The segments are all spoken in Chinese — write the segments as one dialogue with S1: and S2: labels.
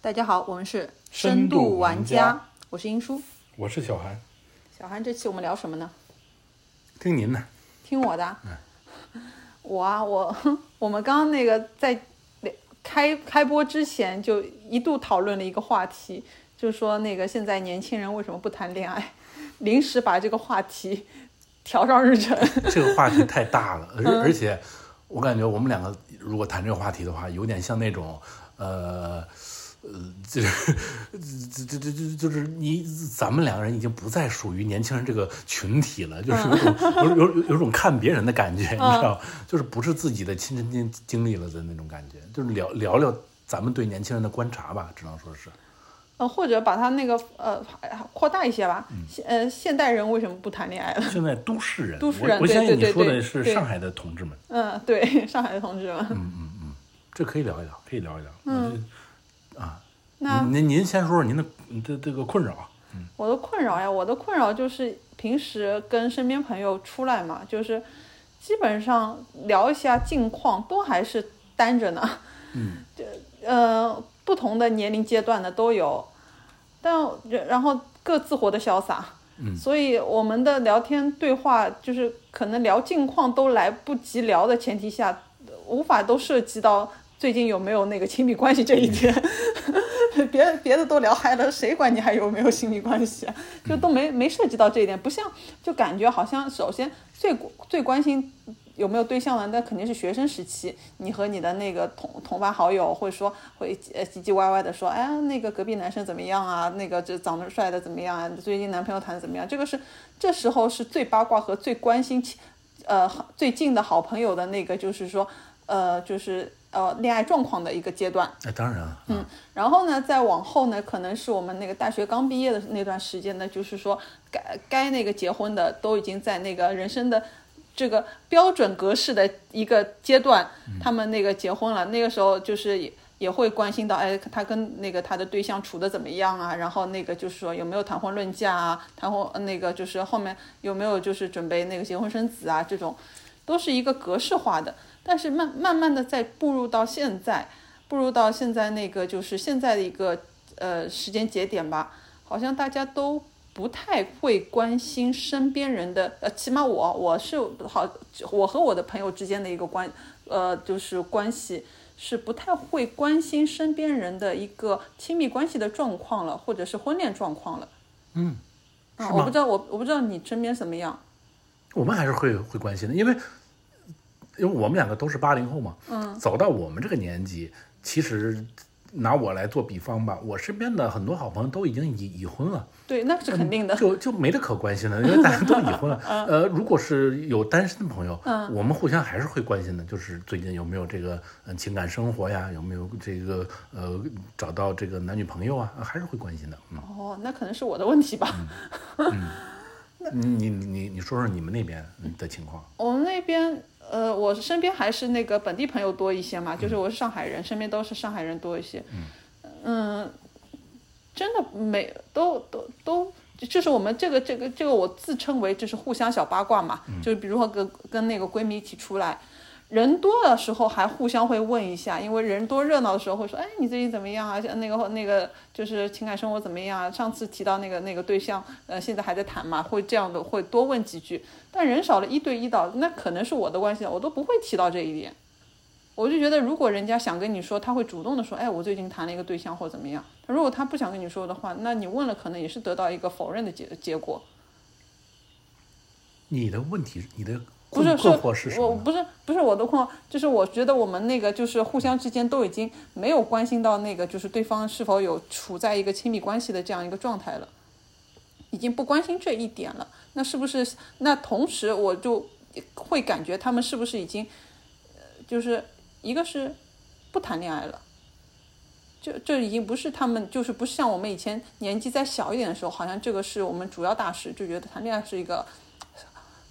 S1: 大家好，我们是
S2: 深
S1: 度
S2: 度
S1: 玩
S2: 玩家
S1: 我是英叔。
S2: 我是小韩，
S1: 小韩，这期我们聊什么呢？
S2: 听您的。
S1: 听我的啊。
S2: 哎
S1: 我啊，我我们刚刚那个在开开播之前就一度讨论了一个话题，就是说那个现在年轻人为什么不谈恋爱，临时把这个话题调上日程。
S2: 这个话题太大了，而而且我感觉我们两个如果谈这个话题的话，有点像那种呃。呃，就是，这这这这就是你，咱们两个人已经不再属于年轻人这个群体了，就是有种有有有有种看别人的感觉，你知道，就是不是自己的亲身经经历了的那种感觉，就是聊聊聊咱们对年轻人的观察吧，只能说是，
S1: 呃，或者把它那个呃扩大一些吧，
S2: 嗯
S1: 现呃现代人为什么不谈恋爱了？
S2: 现在都市人，
S1: 都市人
S2: 我我
S1: 对
S2: 相信
S1: 对
S2: 你
S1: 对
S2: 说的
S1: 对
S2: 是
S1: 对
S2: 上海的同志们，
S1: 嗯，对，上海的同志们，
S2: 嗯这可以聊一聊，可以聊一聊。嗯，啊，
S1: 那
S2: 您您先说说您的这这个困扰，啊
S1: 我的困扰呀，我的困扰就是平时跟身边朋友出来嘛，就是基本上聊一下近况，都还是单着呢。
S2: 嗯，
S1: 这呃，不同的年龄阶段的都有，但然后各自活得潇洒。
S2: 嗯
S1: 所以我们的聊天对话就是可能聊近况都来不及聊的前提下，无法都涉及到最近有没有那个亲密关系这
S2: 嗯
S1: 一点。 别别的都聊嗨了，谁管你还有没有亲密关系啊？就都没没涉及到这一点，不像就感觉好像首先最最关心有没有对象的，那肯定是学生时期，你和你的那个同同班好友会说会呃唧唧歪歪的说，哎呀那个隔壁男生怎么样啊？那个这长得帅的怎么样啊？最近男朋友谈的怎么样？这个是这时候是最八卦和最关心亲呃最近的好朋友的那个，就是说呃就是呃恋爱状况的一个阶段。
S2: 那、当然啊，嗯，
S1: 然后呢，再往后呢，可能是我们那个大学刚毕业的那段时间呢，就是说该该那个结婚的都已经在那个人生的这个标准格式的一个阶段，他们那个结婚了，那个时候就是也也会关心到，哎，他跟那个他的对象处的怎么样啊？然后那个就是说有没有谈婚论嫁啊？谈婚呃那个就是后面有没有就是准备那个结婚生子啊？这种都是一个格式化的。但是慢慢慢的在步入到现在，步入到现在那个就是现在的一个呃时间节点吧，好像大家都不太会关心身边人的，呃，起码我我是好，我和我的朋友之间的一个关，呃，就是关系是不太会关心身边人的一个亲密关系的状况了，或者是婚恋状况了。嗯，
S2: 是
S1: 啊，
S2: 吗
S1: 我不知道我我不知道你身边怎么样。
S2: 我们还是会会关心的，因为因为我们两个都是八零后嘛，嗯，走到我们这个年纪，其实拿我来做比方吧，我身边的很多好朋友都已经已已婚了，
S1: 对，那是肯定的。
S2: 就就没得可关心的，因为大家都已婚了。呃，如果是有单身的朋友，我们互相还是会关心的，就是最近有没有这个呃情感生活呀，有没有这个呃找到这个男女朋友啊，呃还是会关心的。嗯，
S1: 哦，那可能是我的问题吧。
S2: 你你你你说说你们那边嗯的情况，
S1: 我们那边，呃，我身边还是那个本地朋友多一些嘛，就是我是上海人，身边都是上海人多一些。嗯，真的没都都都，这是我们这个这个这个，我自称为这是互相小八卦嘛，就是比如说跟跟那个闺蜜一起出来。人多的时候还互相会问一下，因为人多热闹的时候会说，哎，你最近怎么样啊？像那个那个就是情感生活怎么样啊？上次提到那个那个对象，呃，现在还在谈嘛，会这样的会多问几句。但人少了，一对一的，那可能是我的关系，我都不会提到这一点。我就觉得，如果人家想跟你说，他会主动的说，哎，我最近谈了一个对象或怎么样。如果他不想跟你说的话，那你问了，可能也是得到一个否认的结结果。
S2: 你的问题，你的
S1: 不
S2: 困
S1: 是
S2: 困惑是什
S1: 我
S2: 么呢？
S1: 不是不是我的困惑，就是我觉得我们那个就是互相之间都已经没有关心到那个就是对方是否有处在一个亲密关系的这样一个状态了，已经不关心这一点了。那是不是那同时我就会感觉他们是不是已经，呃就是一个是不谈恋爱了。这这已经不是他们，就是不是像我们以前年纪再小一点的时候，好像这个是我们主要大事，就觉得谈恋爱是一个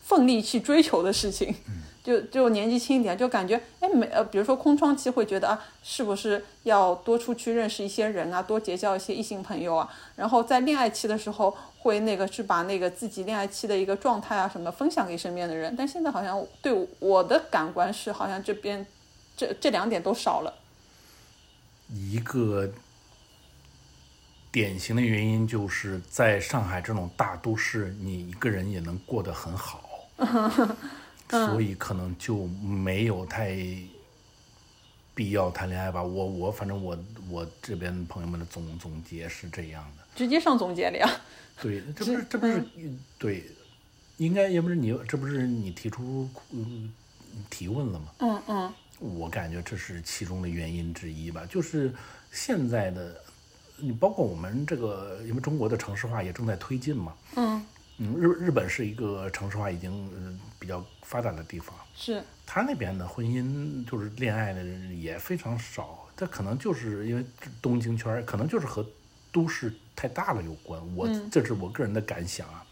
S1: 奋力去追求的事情。 就就年纪轻一点，就感觉哎没呃，比如说空窗期会觉得啊，是不是要多出去认识一些人啊，多结交一些异性朋友啊？然后在恋爱期的时候会那个去把那个自己恋爱期的一个状态啊什么分享给身边的人。但现在好像对我的感官是，好像这边这这两点都少了。
S2: 一个典型的原因就是在上海这种大都市，你一个人也能过得很好，
S1: 嗯
S2: 所以可能就没有太必要谈恋爱吧。我我反正我我这边朋友们的总总结是这样的。
S1: 直接上总结了呀。
S2: 对，这不是这不是对，应该也不是你，这不是你提出嗯提问了吗？
S1: 嗯嗯
S2: 我感觉这是其中的原因之一吧，就是现在的你，包括我们这个，因为中国的城市化也正在推进嘛。
S1: 嗯，
S2: 嗯，日日本是一个城市化已经呃比较发达的地方，
S1: 是
S2: 他那边的婚姻就是恋爱的人也非常少，这可能就是因为东京圈儿，可能就是和都市太大了有关。我、这是我个人的感想啊，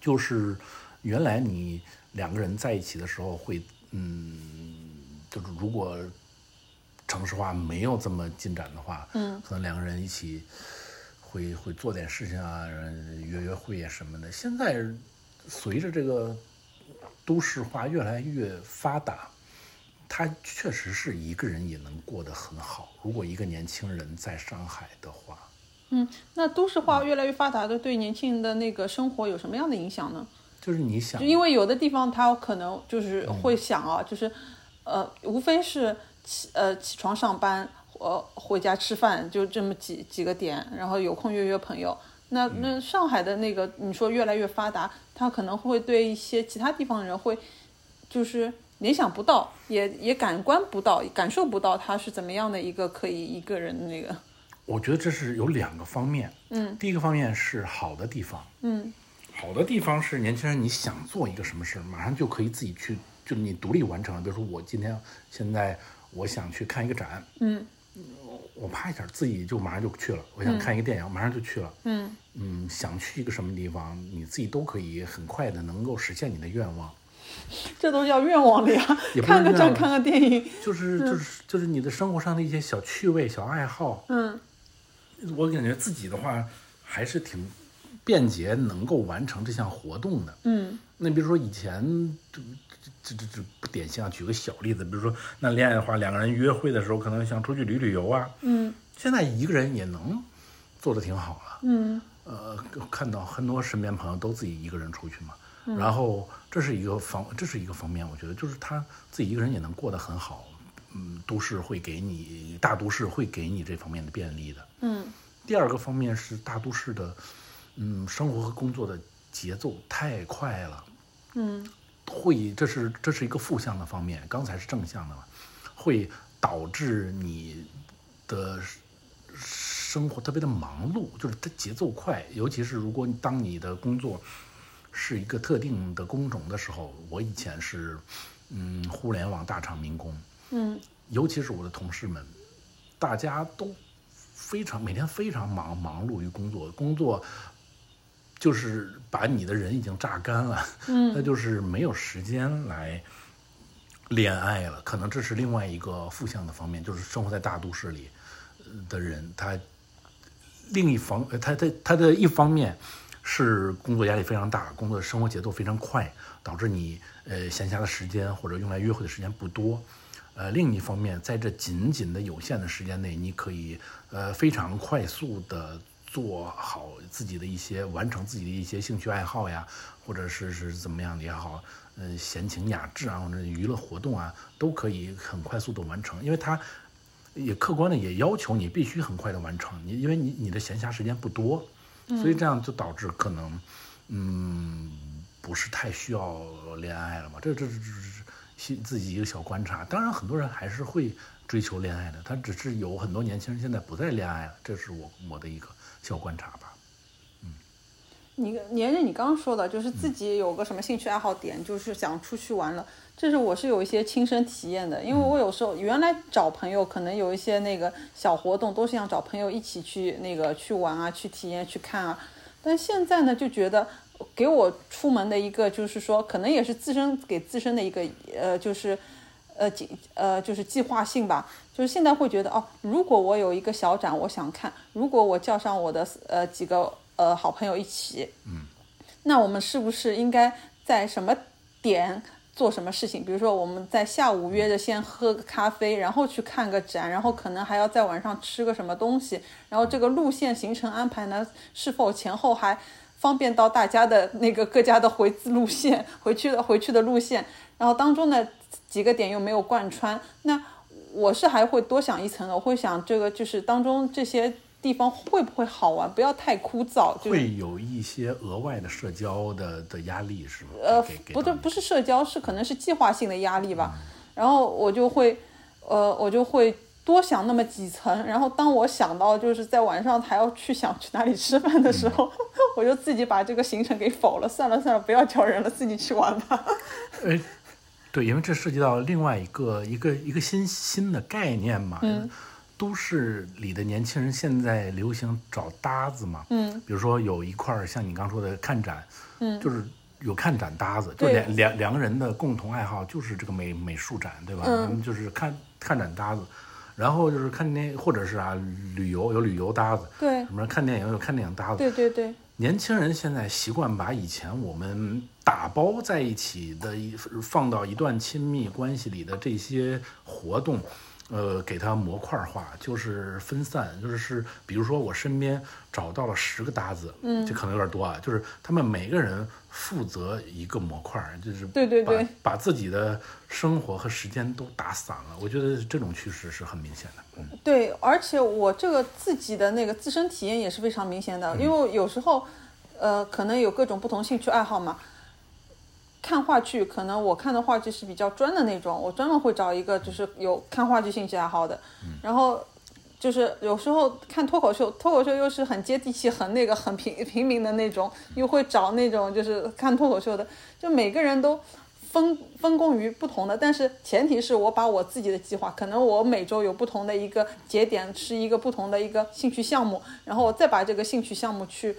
S2: 就是原来你两个人在一起的时候会，嗯，就是如果城市化没有这么进展的话，嗯，可能两个人一起会会做点事情啊，约约会啊什么的。现在随着这个都市化越来越发达，他确实是一个人也能过得很好。如果一个年轻人在上海的话，
S1: 嗯。那都市化越来越发达的，对年轻人的那个生活有什么样的影响呢？
S2: 就是你想
S1: 就，因为有的地方他可能就是
S2: 嗯
S1: 会想啊，就是呃，无非是起呃起床上班，呃回家吃饭，就这么几几个点，然后有空约约朋友。那
S2: 嗯
S1: 那上海的那个你说越来越发达，他可能会对一些其他地方人会就是联想不到，也也感官不到，感受不到他是怎么样的一个可以一个人那个
S2: 我觉得这是有两个方面。嗯，第一个方面是好的地方。
S1: 嗯，
S2: 好的地方是年轻人你想做一个什么事儿，马上就可以自己去，就你独立完成了。比如说我今天现在我想去看一个展，
S1: 嗯
S2: 我啪一下自己就马上就去了。我想看一个电影，马上就去了。
S1: 嗯
S2: 嗯，想去一个什么地方，你自己都可以很快的能够实现你的愿望。
S1: 这都叫愿望了呀
S2: 也，不是
S1: 看个
S2: 愿
S1: 展
S2: 望
S1: 看个电影，
S2: 就是就是就是你的生活上的一些小趣味、小爱好，
S1: 嗯
S2: 我感觉自己的话还是挺便捷，能够完成这项活动的。
S1: 嗯
S2: 那比如说以前这这这这不典型啊，举个小例子，比如说那恋爱的话，两个人约会的时候可能想出去旅旅游啊，
S1: 嗯
S2: 现在一个人也能做得挺好了。
S1: 嗯
S2: 呃，看到很多身边朋友都自己一个人出去嘛，然后这是一个方，这是一个方面，我觉得就是他自己一个人也能过得很好，嗯，都市会给你，大都市会给你这方面的便利的。
S1: 嗯
S2: 第二个方面是大都市的，嗯，生活和工作的节奏太快了，
S1: 嗯
S2: 会这是这是一个负向的方面，刚才是正向的嘛，会导致你的生活特别的忙碌，就是它节奏快，尤其是如果你当你的工作是一个特定的工种的时候，我以前是嗯互联网大厂民工，
S1: 嗯
S2: 尤其是我的同事们，大家都非常每天非常忙，忙碌于工作，工作就是把你的人已经榨干了，
S1: 嗯
S2: 那就是没有时间来恋爱了。可能这是另外一个负向的方面，就是生活在大都市里呃的人，他另一方呃他他他的一方面是工作压力非常大，工作生活节奏非常快，导致你呃闲暇的时间或者用来约会的时间不多。呃，另一方面，在这仅仅的有限的时间内，你可以呃非常快速的做好自己的一些完成自己的一些兴趣爱好呀，或者是是怎么样的也好，呃，闲情雅致啊，或者娱乐活动啊，都可以很快速的完成，因为它也客观的也要求你必须很快的完成，你因为你你的闲暇时间不多，
S1: 嗯
S2: 所以这样就导致可能，嗯，不是太需要恋爱了嘛，这这这这这是自己一个小观察。当然，很多人还是会追求恋爱的，他只是有很多年轻人现在不再恋爱了，这是我我的一个小观察吧。
S1: 你连着你刚刚说的，就是自己有个什么兴趣爱好点，就是想出去玩了，这是我是有一些亲身体验的。因为我有时候原来找朋友，可能有一些那个小活动，都是想找朋友一起去那个去玩啊，去体验、去看啊。但现在呢，就觉得给我出门的一个，就是说，可能也是自身给自身的一个呃，就是呃计呃就是计划性吧。就是现在会觉得哦，如果我有一个小展，我想看，如果我叫上我的呃几个呃好朋友一起，嗯，那我们是不是应该在什么点做什么事情，比如说我们在下午约着先喝个咖啡，然后去看个展，然后可能还要在晚上吃个什么东西，然后这个路线行程安排呢，是否前后还方便到大家的那个各家的回自路线，回去的回去的路线，然后当中呢几个点又没有贯穿，那我是还会多想一层的，我会想这个就是当中这些地方会不会好啊玩，不要太枯燥，就是
S2: 会有一些额外的社交的的压力是吗？
S1: 呃
S2: 给，给
S1: 不对，
S2: 到你嗯
S1: 不是社交，是可能是计划性的压力吧。然后我就会，呃，我就会多想那么几层。然后当我想到就是在晚上还要去想去哪里吃饭的时候，
S2: 嗯
S1: 我就自己把这个行程给否了，算了算了，不要叫人了，自己去玩吧。
S2: 呃，对，因为这涉及到另外一个一个一个新新的概念嘛。嗯。都市里的年轻人现在流行找搭子嘛。嗯。比如说有一块儿像你刚说的看展，嗯，就是有看展搭子，就
S1: 对
S2: 两两两个人的共同爱好就是这个美美术展，对吧？
S1: 嗯
S2: 他们就是看看展搭子。然后就是看电，或者是啊旅游有旅游搭子，
S1: 对
S2: 什么看电影有看电影搭子，
S1: 对对对，
S2: 年轻人现在习惯把以前我们打包在一起的一放到一段亲密关系里的这些活动，呃，给它模块化，就是分散，就是比如说我身边找到了十个搭子，嗯，这可能有点多啊，就是他们每个人负责一个模块，就是
S1: 对对对
S2: 把把自己的生活和时间都打散了，我觉得这种趋势是很明显的，嗯。
S1: 对，而且我这个自己的那个自身体验也是非常明显的，因为有时候，呃，可能有各种不同兴趣爱好嘛。看话剧，可能我看的话剧是比较专的那种，我专门会找一个就是有看话剧兴趣爱好的，然后就是有时候看脱口秀，脱口秀又是很接地气、很那个、很平平民的那种，又会找那种就是看脱口秀的，就每个人都分分工于不同的，但是前提是我把我自己的计划，可能我每周有不同的一个节点，是一个不同的一个兴趣项目，然后我再把这个兴趣项目去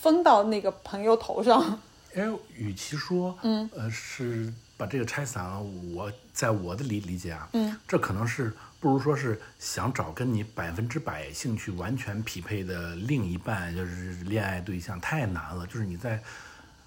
S1: 分到那个朋友头 上。
S2: 哎，与其说，嗯，呃，是把这个拆散了，我在我的理理解啊，嗯，这可能是不如说是想找跟你百分之百兴趣完全匹配的另一半，就是恋爱对象太难了。就是你在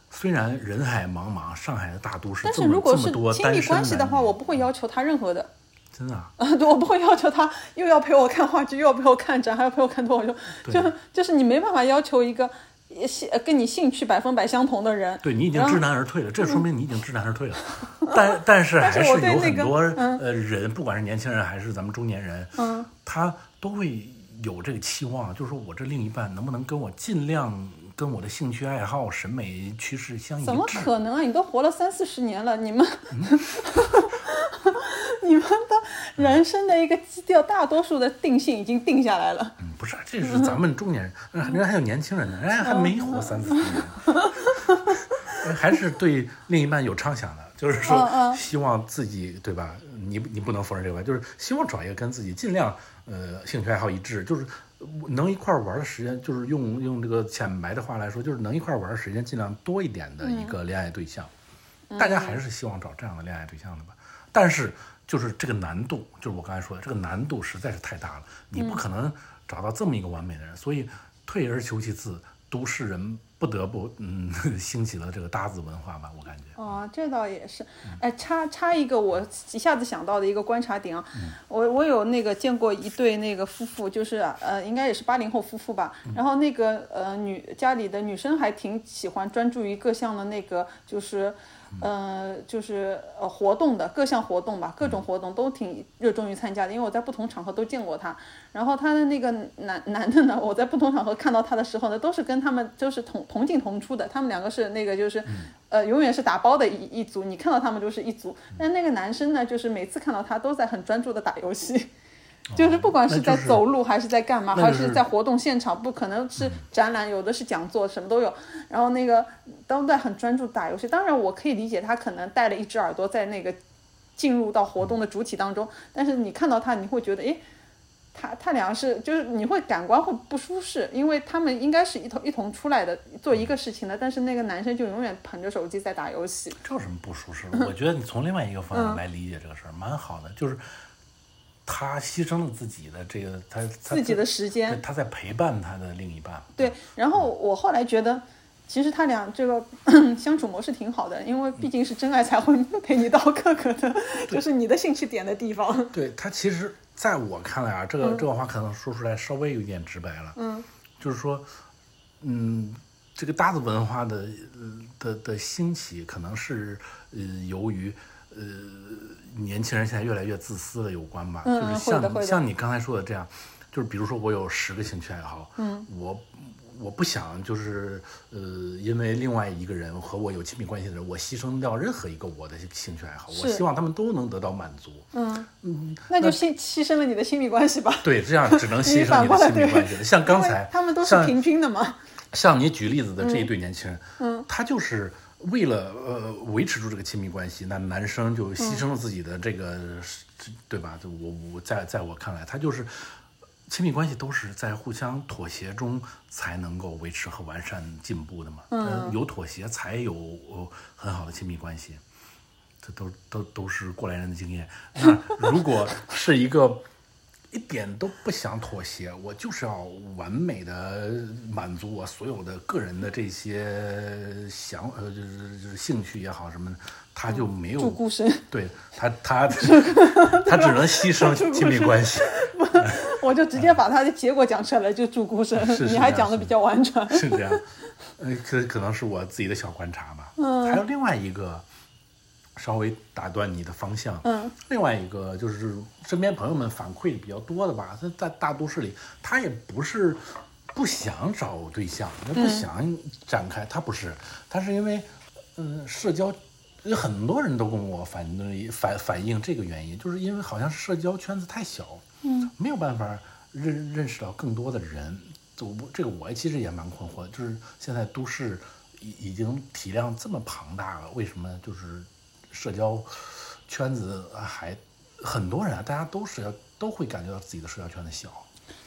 S2: 虽然人海茫茫，上海的大都市
S1: 但
S2: 这
S1: 是
S2: 么
S1: 如果
S2: 这么
S1: 是
S2: 多
S1: 亲
S2: 单
S1: 密
S2: 身
S1: 关系的
S2: 男
S1: 话，
S2: 女
S1: 我不会要求他任何的，
S2: 真的、啊、
S1: 啊，对，我不会要求他 又要陪我看话剧，又要陪我看展，还要陪我看脱口秀，
S2: 对
S1: 就就是你没办法要求一个也兴呃跟你兴趣百分百相同的人。
S2: 对你已经
S1: 然后
S2: 知难而退了，这说明你已经知难而退了。 但但是还
S1: 嗯但是我对
S2: 有
S1: 那
S2: 很
S1: 个
S2: 多呃人，不管是年轻人还是咱们中年人，嗯，他都会有这个期望，就是说我这另一半能不能跟我尽量跟我的兴趣爱好、审美趋势相一
S1: 怎么
S2: 致？
S1: 可能啊！你都活了三四十年了，你们，你们的人生的一个基调，大多数的定性已经定下来了。
S2: 嗯，不是，这是咱们中年人，呃人家还有年轻人呢，人家还没活三四十年，呃还是对另一半有畅想的，就是
S1: 嗯
S2: 说
S1: 嗯
S2: 希望自己对吧？你你不能否认这个吧，就是希望找一个跟自己尽量呃兴趣爱好一致，就是能一块儿玩的时间，就是用用这个浅白的话来说，就是能一块儿玩的时间尽量多一点的
S1: 嗯
S2: 一个恋爱对象。大家还是希望找这样的恋爱对象的吧。但是就是这个难度，就是我刚才说的，这个难度实在是太大了，你
S1: 嗯
S2: 不可能找到这么一个完美的人，所以退而求其次，都市人不得不嗯 兴起了这个搭子文化吧，我感觉。
S1: 哦，这倒也是。哎，插插一个我一下子想到的一个观察点啊，我我有那个见过一对那个夫妇，就是呃，应该也是八零后夫妇吧。然后那个呃女家里的女生还挺喜欢专注于各项的那个就是。呃，就是呃活动的各项活动吧，各
S2: 嗯
S1: 种活动都挺热衷于参加的，因为我在不同场合都见过他。然后他的那个男男的呢，我在不同场合看到他的时候呢，都是跟他们就是同同进同出的，他们两个是那个就是，
S2: 嗯
S1: 呃，永远是打包的一一组，你看到他们就是一组。
S2: 嗯
S1: 但那个男生呢，就是每次看到他都在很专注的打游戏。就是不管
S2: 哦那
S1: 是
S2: 就
S1: 在
S2: 是
S1: 走路还是在干嘛，
S2: 那
S1: 还
S2: 就是是嗯
S1: 在活动现场，不可能是展览，有的是讲座，什么都有。然后那个都在很专注打游戏，当然我可以理解他可能戴了一只耳朵在那个进入到活动的主体当中，但是你看到他，你会觉得，诶，他他俩是就是你会感官会不舒适，因为他们应该是一同一同出来的做一个事情的，但是那个男生就永远捧着手机在打游戏。
S2: 这有什么不舒适的？我觉得你从另外一个方
S1: 嗯
S2: 向来理解这个事儿，蛮好的，就是他牺牲了自己的这个他他
S1: 自己的时间
S2: 对他在陪伴他的另一半。
S1: 对，然后我后来觉得，其实他俩这个 相处模式挺好的，因为毕竟是真爱才会 陪你到各个的，就是你的兴趣点的地方。
S2: 对他其实在我看来啊，这个、这个话可能说出来稍微有点直白了，
S1: 嗯，
S2: 就是说，嗯，这个搭子文化的呃的的兴起，可能是呃由于呃年轻人现在越来越自私了有关吧，
S1: 嗯
S2: 就是
S1: 会的
S2: 像
S1: 会
S2: 你
S1: 的
S2: 像你刚才说的这样，就是比如说我有十个兴趣爱好，嗯，我。我不想就是呃，因为另外一个人和我有亲密关系的人，我牺牲掉任何一个我的兴趣爱好。我
S1: 是
S2: 希望他们都能得到满足。
S1: 嗯，那就牺牺牲了你的亲密关系吧。
S2: 对，这样只能
S1: 你
S2: 嗯牺牲
S1: 反
S2: 你
S1: 过
S2: 的
S1: 来
S2: 亲密
S1: 对
S2: 关系了。像刚
S1: 因为
S2: 才，
S1: 他们都是
S2: 像
S1: 平均的嘛。
S2: 像你举例子的这一对年轻人，嗯，他就是为了呃维持住这个亲密关系，那男生就
S1: 嗯
S2: 牺牲了自己的这个，这对吧？就我我在在我看来，他就是亲密关系都是在互相妥协中才能够维持和完善进步的嘛。嗯，有妥协才有呃很好的亲密关系。这都都都是过来人的经验。那如果是一个一点都不想妥协，我就是要完美的满足我所有的个人的这些想呃就是就是兴趣也好什么的，他就没有、
S1: 祝孤身，
S2: 对他他他只能牺牲亲密关系。
S1: 我就直接把他的结果讲出来，就祝孤身
S2: 嗯是是。
S1: 你还
S2: 这样
S1: 讲的
S2: 是
S1: 比较婉 转。
S2: 是这样，呃，可可能是我自己的小观察吧。嗯，还有另外一个，稍微打断你的方向。
S1: 嗯，
S2: 另外一个就是身边朋友们反馈比较多的吧，他在大都市里，他也不是不想找对象，他不想展开，他不是，他是因为，嗯，社交。有很多人都跟我反反反映这个原因，就是因为好像是社交圈子太小，没有办法认认识到更多的人。就我这个我其实也蛮困惑的，就是现在都市已已经体量这么庞大了，为什么就是社交圈子还很多人啊？大家都社交都会感觉到自己的社交圈子小。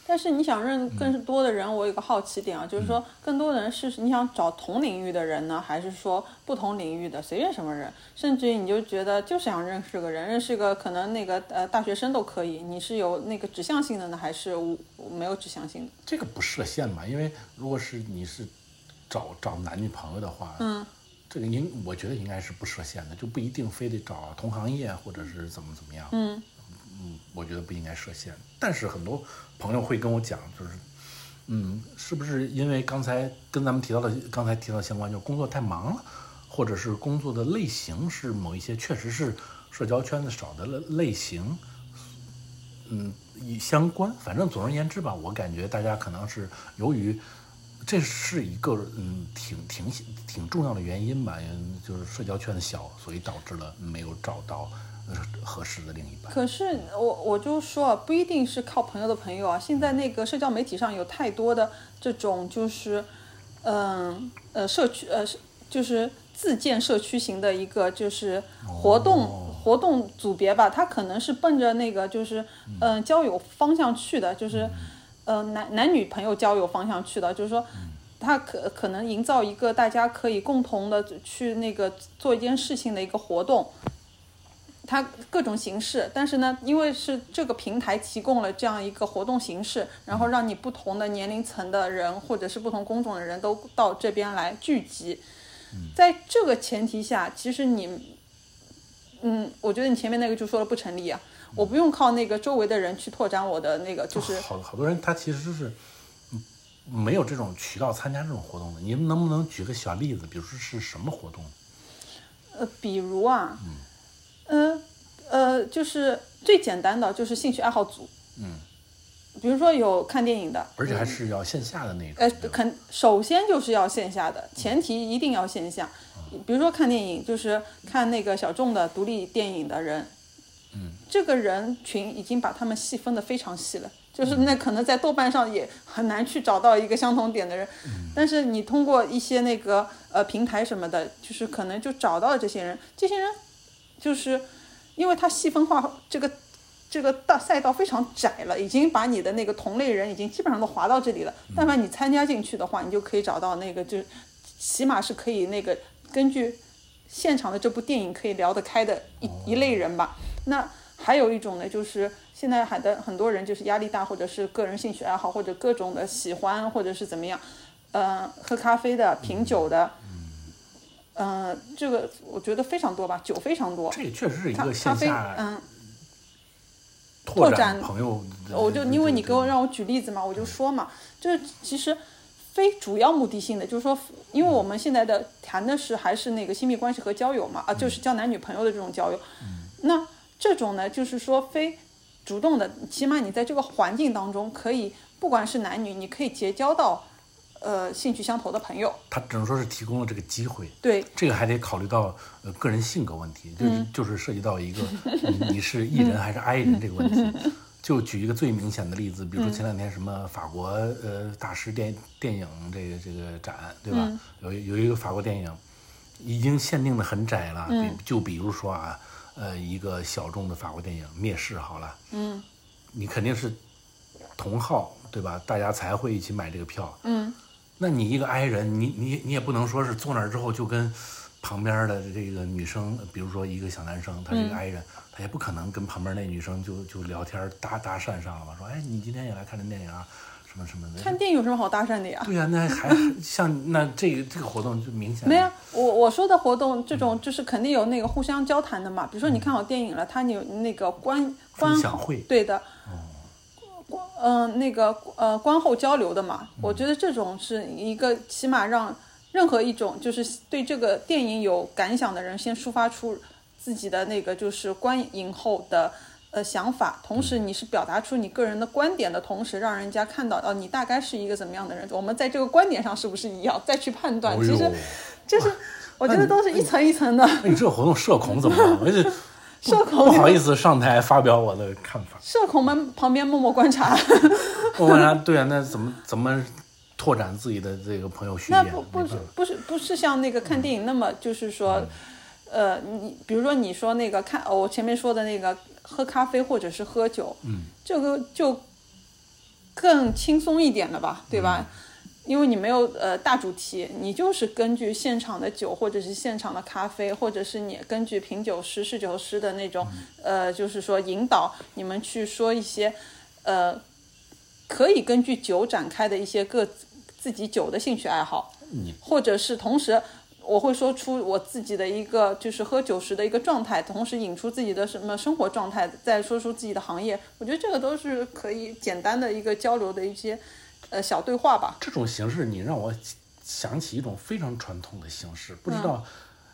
S1: 但是你想认更多的人，我有个好奇点啊，就是说更多的人是你想找同领域的人呢，还是说不同领域的随便什么人？甚至于你就觉得就是想认识个人，认识个可能那个呃大学生都可以。你是有那个指向性的呢，还是无没有指向性的？
S2: 这个不设限嘛，因为如果是你是找找男女朋友的话，嗯，这个应我觉得应该是不设限的，就不一定非得找同行业或者是怎么怎么样，嗯我觉得不应该设限。但是很多朋友会跟我讲，就是，嗯，是不是因为刚才跟咱们提到的刚才提到的相关，就是工作太忙了，或者是工作的类型是某一些确实是社交圈子少的类类型，嗯，以相关，反正总而言之吧，我感觉大家可能是由于这是一个嗯挺挺挺重要的原因吧，嗯就是社交圈子小，所以导致了没有找到呃合适的另一半。
S1: 可是呃我我就说啊，不一定是靠朋友的朋友啊。现在那个社交媒体上有太多的这种就是，嗯呃社区呃是就是自建社区型的一个就是活动、活动组别吧，它可能是奔着那个就是嗯、呃交友方向去的，就是呃男男女朋友交友方向去的，就是说。它可可能营造一个大家可以共同的去那个做一件事情的一个活动，它各种形式，但是呢，因为是这个平台提供了这样一个活动形式，然后让你不同的年龄层的人或者是不同工种的人都到这边来聚集，在这个前提下，其实你，嗯，我觉得你前面那个就说的不成立啊，我不用靠那个周围的人去拓展我的那个，就是
S2: 好好多人他其实是嗯没有这种渠道参加这种活动的。你们能不能举个小例子，比如说是什么活动？
S1: 呃，比如啊，嗯，呃，就是最简单的就是兴趣爱好组，
S2: 嗯，
S1: 比如说有看电影的，
S2: 而且还是要线下的那种。
S1: 嗯呃
S2: 对，吧
S1: 肯首先就是要线下的，前提一定要线下。比如说看电影，就是看那个小众的独立电影的人，
S2: 嗯，
S1: 这个人群已经把他们细分的非常细了，就是那可能在豆瓣上也很难去找到一个相同点的人，但是你通过一些那个呃平台什么的，就是可能就找到了这些人，这些人就是因为他细分化这个这个大赛道非常窄了，已经把你的那个同类人已经基本上都划到这里了。但凡你参加进去的话，你就可以找到那个，就是起码是可以那个根据现场的这部电影可以聊得开的
S2: 哦
S1: 一一类人吧。那还有一种呢，就是现在还的很多人就是压力大，或者是个人兴趣爱好，或者各种的喜欢，或者是怎么样，呃，喝咖啡的、品酒的，嗯、呃，这个我觉得非常多吧，酒非常多。
S2: 这也确实是一
S1: 咖
S2: 个
S1: 咖
S2: 线
S1: 啡，
S2: 下
S1: 嗯，
S2: 拓
S1: 拓
S2: 展
S1: 展
S2: 朋友。
S1: 我就
S2: 对
S1: 因为你
S2: 对
S1: 给我让我举例子嘛，我就说嘛，这其实非主要目的性的，就是说，因为我们现在的谈的是还是那个亲密关系和交友嘛，啊，
S2: 嗯
S1: 就是交男女朋友的这种交友。那这种呢，就是说非主动的，起码你在这个环境当中可以，不管是男女，你可以结交到呃兴趣相投的朋友。
S2: 他只能说是提供了这个机会。
S1: 对，
S2: 这个还得考虑到呃个人性格问题，就是、就是涉及到一个 你你是 E 人还是 I 人这个问题。就举一个最明显的例子，比如说前两天什么法国呃大师电电影这个这个展，对吧？有一有一个法国电影已经限定的很窄了，比就比如说啊，呃一个小众的法国电影《灭世》好了，
S1: 嗯
S2: 你肯定是同好对吧？大家才会一起买这个票，
S1: 嗯，
S2: 那你一个 I 人，你你你也不能说是坐那儿之后就跟旁边的这个女生，比如说一个小男生，他
S1: 嗯
S2: 是一个 I 人，他也不可能跟旁边那女生就就聊天搭搭讪上了吧？说哎，你今天也来看这电影啊，什么什么
S1: 看
S2: 的。
S1: 电影有什么好搭讪的呀？
S2: 对呀、那还像那这个这个活动就明显
S1: 没有，我我说的活动，这种就是肯定有那个互相交谈的嘛。比如说你看好电影了，他有那个观观
S2: 嗯分享会哦
S1: 对的，观嗯、那个呃观后交流的嘛。我觉得这种是一个起码让任何一种就是对这个电影有感想的人，先抒发出自己的那个就是观影后的。呃，想法，同时你是表达出你个人的观点的同时，让人家看到，哦，你大概是一个怎么样的人，我们在这个观点上是不是一样，再去判断。
S2: 哎
S1: 其实
S2: 呦，
S1: 就是我觉得都是一层一层的。
S2: 那你这个活动社恐怎么办？我就
S1: 社
S2: 不
S1: 恐，
S2: 好意思上台发表我的看法。
S1: 社恐们旁边默默观察，
S2: 我问他，对啊，那怎么怎么拓展自己的这个朋友序
S1: 那
S2: 列？
S1: 不
S2: 没
S1: 不
S2: 办
S1: 是
S2: 法嗯
S1: 不是不是像那个看电影那么就是说，呃，你比如说你说那个看，哦我前面说的那个喝咖啡或者是喝酒，
S2: 嗯，
S1: 这个就更轻松一点了吧，对吧？
S2: 嗯
S1: 因为你没有呃大主题，你就是根据现场的酒或者是现场的咖啡，或者是你根据品酒师、侍酒师的那种
S2: 嗯
S1: 呃，就是说引导你们去说一些呃，可以根据酒展开的一些各自自己酒的兴趣爱好，或者是同时。我会说出我自己的一个就是喝酒时的一个状态，同时引出自己的什么生活状态，再说出自己的行业，我觉得这个都是可以简单的一个交流的一些呃小对话吧。
S2: 这种形式，你让我想起一种非常传统的形式，不知
S1: 嗯
S2: 道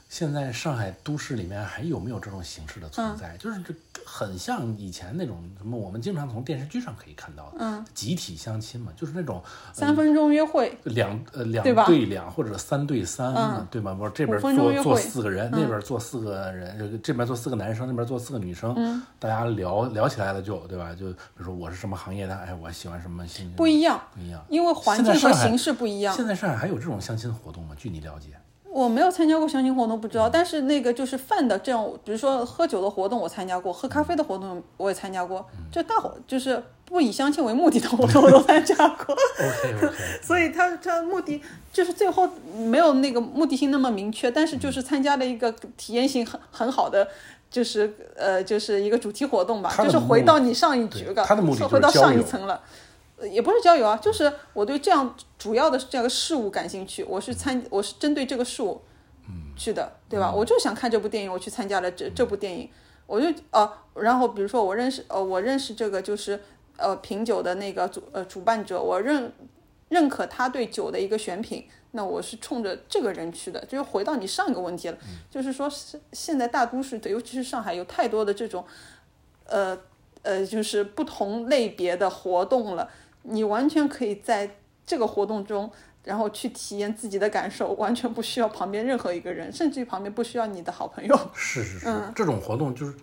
S2: 现在上海都市里面还有没有这种形式的
S1: 嗯
S2: 存在？就是这很像以前那种什么，我们经常从电视剧上可以看到的，
S1: 嗯
S2: 集体相亲嘛，就是那种、呃
S1: 三分钟约会，
S2: 两呃两
S1: 对吧
S2: 对两或者三对三嘛，
S1: 嗯
S2: 对吧？我这边
S1: 五分钟
S2: 坐
S1: 约
S2: 坐
S1: 会嗯
S2: 四个人，那边坐四个人，这个这边坐四个男生，那边坐四个女生，
S1: 嗯
S2: 大家聊聊起来了就对吧？就比如说我是什么行业的，哎，我喜欢什么兴趣
S1: 不一样，
S2: 不一样。
S1: 因为环境和形式不一样
S2: 现。在上海还有这种相亲活动吗？据你了解，
S1: 我没有参加过相亲活动，不知道。但是那个就是饭的这样，比如说喝酒的活动我参加过，喝咖啡的活动我也参加过，就大伙就是不以相亲为目的的活动我都参加过。
S2: OK OK，
S1: 所以他他目的就是最后没有那个目的性那么明确，但是就是参加了一个体验性很很好的，就是呃就是一个主题活动吧，
S2: 他的
S1: 就是回到你上一局
S2: 对
S1: 了，
S2: 他的目的就是
S1: 回到
S2: 交
S1: 上一
S2: 友
S1: 层了。呃也不是交友啊，就是我对这样主要的这个事物感兴趣，我是参我是针对这个事物
S2: 嗯
S1: 去的，对吧？我就想看这部电影，我去参加了这这部电影，我就呃，然后比如说我认识呃，我认识这个就是呃品酒的那个主呃主办者，我认认可他对酒的一个选品，那我是冲着这个人去的。就是回到你上一个问题了，就是说是现在大都市，对尤其是上海，有太多的这种呃呃，就是不同类别的活动了，你完全可以在这个活动中。然后去体验自己的感受，完全不需要旁边任何一个人，甚至于旁边不需要你的好朋友。
S2: 是是是，
S1: 嗯
S2: 这种活动就是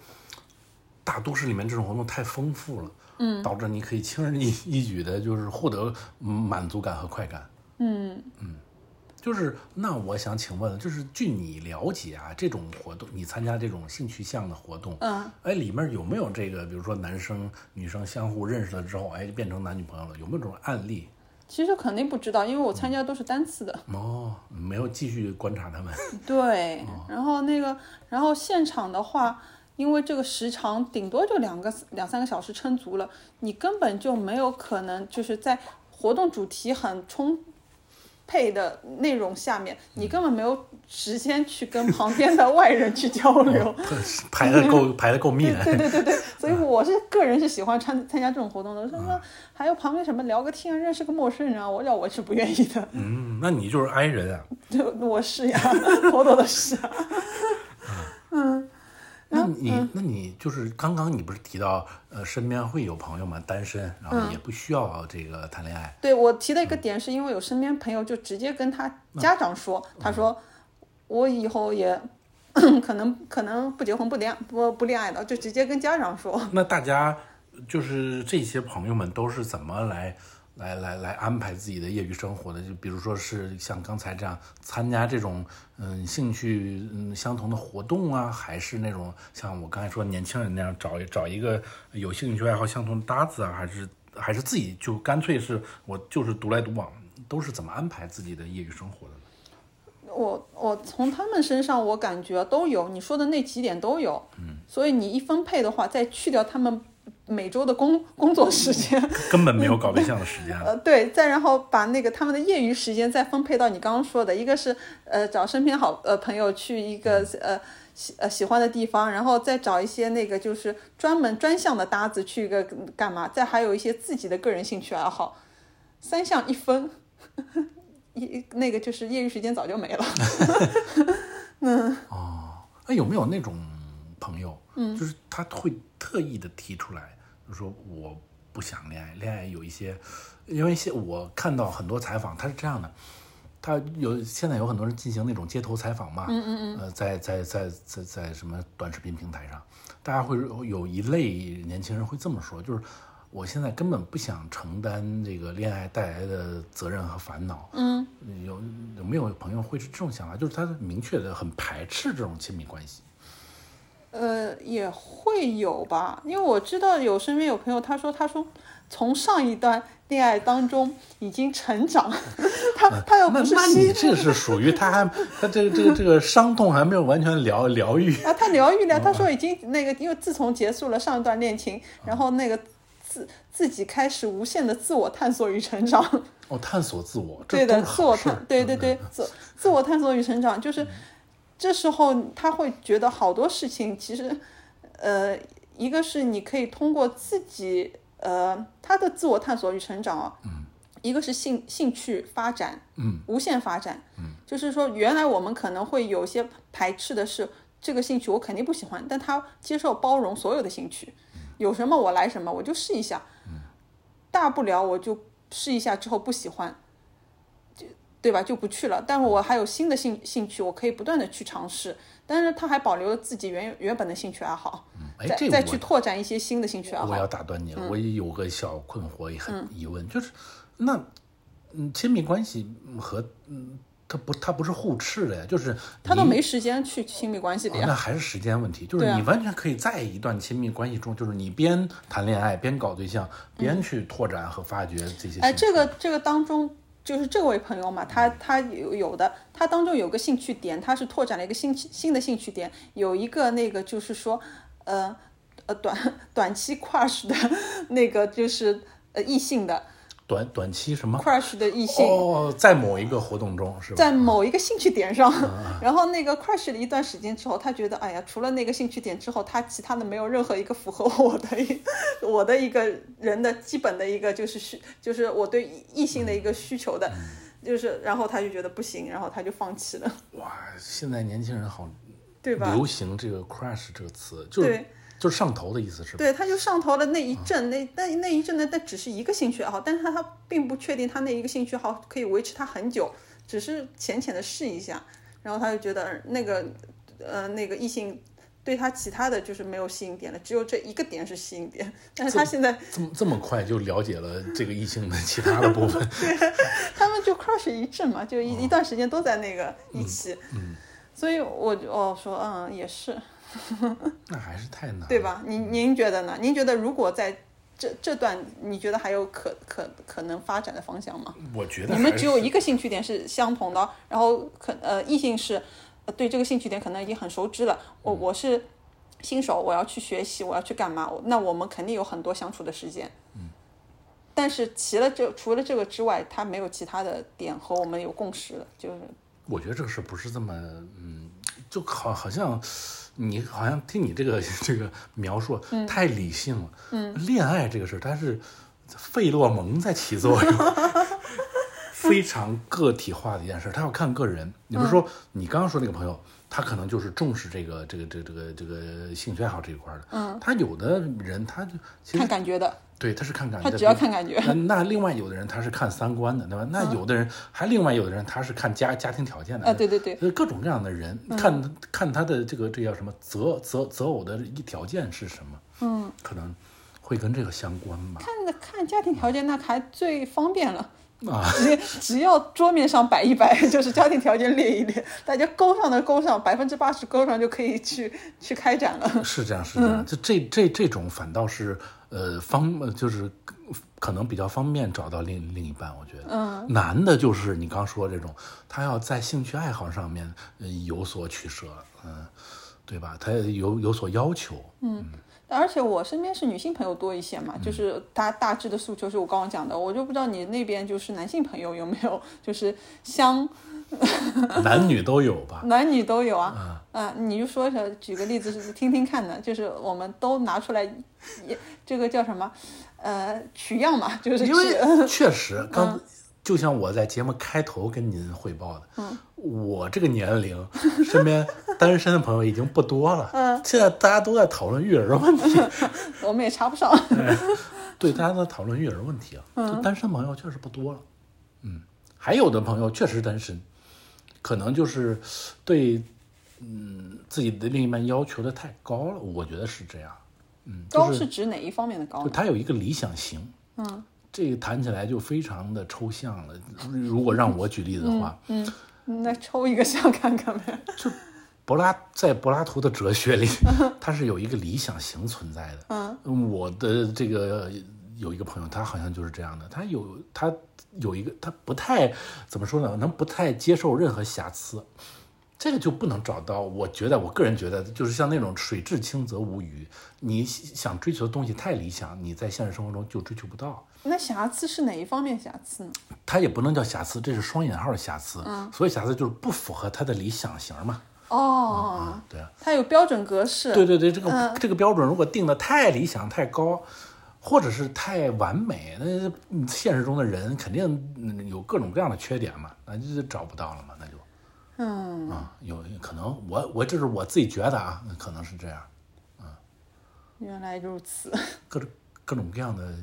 S2: 大都市里面这种活动太丰富了，嗯，导致你可以轻而易易举的，就是获得嗯满足感和快感。
S1: 嗯，
S2: 就是那我想请问，就是据你了解啊，这种活动你参加这种性取向的活动，
S1: 嗯，
S2: 哎，里面有没有这个，比如说男生女生相互认识了之后，哎，变成男女朋友了，有没有这种案例？
S1: 其实肯定不知道，因为我参加都是单次的。
S2: 哦，没有继续观察他们。
S1: 对，然后那个，然后现场的话，因为这个时长顶多就两个两三个小时撑足了，你根本就没有可能就是在活动主题很充配的内容下面，你根本没有时间去跟旁边的外人去交流。
S2: 排的够排的够密 的，
S1: 对对对对，所以我是个人是喜欢参参加这种活动的。什么还有旁边什么聊个天，认识个陌生人啊，我要我是不愿意的。
S2: 嗯，那你就是 I 人啊。
S1: 对，我是呀， 妥妥的是啊。嗯，
S2: 那你那你就是刚刚你不是提到呃身边会有朋友嘛单身，然
S1: 嗯
S2: 后也不需要这个谈恋爱。
S1: 对我提的一个点是因为有身边朋友就直接跟他家长说，他说我以后也 可能可能不结婚不恋不不恋爱的，就直接跟家长说。
S2: 那大家就是这些朋友们都是怎么来来来来安排自己的业余生活的？就比如说是像刚才这样参加这种嗯兴趣嗯相同的活动啊，还是那种像我刚才说年轻人那样找一找一个有兴趣爱好相同的搭子啊，还是还是自己就干脆是我就是独来独往，都是怎么安排自己的业余生活的呢？
S1: 我我从他们身上我感觉都有你说的那几点都有，嗯，所以你一分配的话，再去掉他们每周的工工作时间，
S2: 根本没有搞对象的时间。啊
S1: 呃，对，再然后把那个他们的业余时间再分配到你刚刚说的，一个是呃找身边好呃朋友去一个
S2: 嗯
S1: 呃喜呃喜欢的地方，然后再找一些那个就是专门专项的搭子去一个嗯干嘛，再还有一些自己的个人兴趣爱好，三项一分， 一那个就是业余时间早就没 了。
S2: 那有没有那种朋友，嗯，就是他会特意的提出来，就说我不想恋爱，恋爱有一些，因为现我看到很多采访，他是这样的，他有现在有很多人进行那种街头采访嘛，嗯嗯嗯，呃，在在在在在什么短视频平台上，大家会有一类年轻人会这么说，就是。我现在根本不想承担这个恋爱带来的责任和烦恼。嗯，有有没有朋友会是这种想法？就是他明确的很排斥这种亲密关系。
S1: 呃，也会有吧，因为我知道有身边有朋友，他说他说从上一段恋爱当中已经成长， 他他又
S2: 那
S1: 不是
S2: 那
S1: 新
S2: 你这是属于他还他这个这个这个伤痛还没有完全疗疗愈，
S1: 啊，他疗愈了，他说已经那个，因为自从结束了上一段恋情，然后那个自自己开始无限的自我探索与成长。
S2: 哦，探索自我，这
S1: 对的，
S2: 都是
S1: 自
S2: 好
S1: 我
S2: 事嗯
S1: 探，对对对，自自我探索与成长，就是这时候他会觉得好多事情其实，呃，一个是你可以通过自己，呃，他的自我探索与成长啊，一个是兴兴趣发展，
S2: 嗯，
S1: 无限发展，嗯，就是说原来我们可能会有些排斥的是这个兴趣我肯定不喜欢，但他接受包容所有的兴趣，
S2: 嗯
S1: 有什么我来什么，我就试一下，大不了我就试一下之后不喜欢，就对吧？就不去了。但是我还有新的兴兴趣，我可以不断的去尝试，但是他还保留了自己原原本的兴趣爱好，
S2: 哎
S1: 再，
S2: 这
S1: 再
S2: 个
S1: 去拓展一些新的兴趣爱
S2: 我
S1: 好。
S2: 要打断你了，我也有个小困惑，也
S1: 嗯
S2: 很疑问，就是那嗯，亲密关系和嗯，它不它不是互斥的呀，就是
S1: 他都
S2: 你
S1: 没时间去亲密关系的
S2: 哦
S1: 呀。
S2: 那还是时间问题，就是
S1: 对啊
S2: 你完全可以在一段亲密关系中，就是你边谈恋爱边搞对象，边去拓展和发掘这些兴趣。
S1: 嗯哎，这个这个当中，就是这位朋友嘛，他他有有的，他当中有个兴趣点，他是拓展了一个新新的兴趣点，有一个那个就是说，呃呃短 短期 crush 的那个就是呃异性的
S2: 短短期什么
S1: crush 的异性。
S2: 哦，在某一个活动中是吧？
S1: 在某一个兴趣点上， 然后那个 crush 了一段时间之后，他觉得，哎呀，除了那个兴趣点之后，他其他的没有任何一个符合我的一 我的一个人的基本的一个就是需，就是我对异性的一个需求的，就是，然后他就觉得不行，然后他就放弃了，
S2: 哇，现在年轻人好
S1: 对吧？
S2: 流行这个 crush 这个词，就是
S1: 对
S2: 就是上头的意思是吧？
S1: 对，他就上头了那一阵，那那那一阵呢，那只是一个兴趣爱好，但是他他并不确定他那一个兴趣爱好可以维持他很久，只是浅浅的试一下，然后他就觉得呃那个呃那个异性对他其他的就是没有吸引点了，只有这一个点是吸引点，但是他现在
S2: 这么这么快就了解了这个异性的其他的部 分，
S1: 他们就 crush 一阵嘛，就一一段时间都在那个一起，所以我就哦说嗯也是，
S2: 那还是太难了。
S1: 对吧？您您觉得呢？您觉得如果在这这段，你觉得还有可可可能发展的方向吗？
S2: 我觉得
S1: 你们
S2: 还
S1: 只有
S2: 是
S1: 一个兴趣点是相同的，哦然后可呃异性是呃对这个兴趣点可能已经很熟知了。我
S2: 嗯
S1: 我是
S2: 嗯
S1: 新手，我要去学习，我要去干嘛？我那我们肯定有很多相处的时间。但是除了这除了这个之外，他没有其他的点和我们有共识了，就是
S2: 我觉得这个事不是这么，嗯，就好好像你好像听你这个 这个描述太理性了，嗯，恋爱这个事儿它是费洛蒙在起作 用，非常个体化的一件事，他要看个人。你比如说，你刚刚说那个朋友，他可能就是重视这个这个这个这个这个兴趣爱好这一块儿的。嗯，他有的人他就其
S1: 看
S2: 实
S1: 感觉的。
S2: 对他是看感觉
S1: 他
S2: 的，
S1: 只要看感觉嗯
S2: 那那另外有的人他是看三观的，对吧？那有的人还另外有的人他是看家家庭条件的
S1: 啊对对嗯对
S2: 就是各种各样的人，看看他的这个这叫什么择择择偶的一条件是什么？嗯，可能会跟这个相关吧。
S1: 看看家庭条件，那还最方便了。
S2: 啊，
S1: 只只要桌面上摆一摆， 就是家庭条件列一列，大家勾上的勾上，百分之八十勾上就可以去去开展了。
S2: 是这样，是这样。就这这这种反倒是呃方呃就是可能比较方便找到另另一半，我觉得。嗯。难的就是你刚说这种，他要在兴趣爱好上面、呃、有所取舍，嗯、对吧？他有有所要求，嗯，
S1: 而且我身边是女性朋友多一些嘛，就是他大致的诉求是我刚刚讲的，我就不知道你那边就是男性朋友有没有， 就是相
S2: 男女都有吧。
S1: 男女都有啊。啊，你就说一下，举个例子是听听看的，就是我们都拿出来一，这个叫什么？呃，取样嘛， 就是
S2: 因
S1: 取
S2: 为确实刚、就像我在节目开头跟您汇报的，我这个年龄身边单身的朋友已经不多了，现在大家都在讨论育儿问题，
S1: 我们也插不上。
S2: 嗯对，大家都在讨论育儿问题啊，就单身朋友确实不多了，嗯，还有的朋友确实单身，可能就是对嗯自己的另一半要求的太高了，我觉得是这样，嗯，就
S1: 高
S2: 是
S1: 是指哪一方面的高
S2: 就
S1: 呢？
S2: 他有一个理想型，嗯，这个谈起来就非常的抽象了。如果让我举例子的话，
S1: 那抽一个象看看呗。
S2: 就柏拉在柏拉图的哲学里，他是有一个理想型存在的。嗯，我的这个有一个朋友，他好像就是这样的，他有他有一个他不太怎么说呢，能不太接受任何瑕疵。这个就不能找到，我觉得，我个人觉得，就是像那种水至清则无鱼，你想追求的东西太理想，你在现实生活中就追求不到。
S1: 那瑕疵是哪一方面瑕疵呢？
S2: 它也不能叫瑕疵，这是双引号的瑕疵。所以瑕疵就是不符合他的理想型嘛。
S1: 哦，
S2: 对啊，
S1: 它有标准格式。
S2: 对对对，这个、这个标准如果定的太理想、太高，或者是太完美，那嗯现实中的人肯定嗯有各种各样的缺点嘛，那就找不到了嘛，那就嗯啊，有可能我我这是我自己觉得啊，可能是这样，
S1: 原来如此。
S2: 各种各种各样的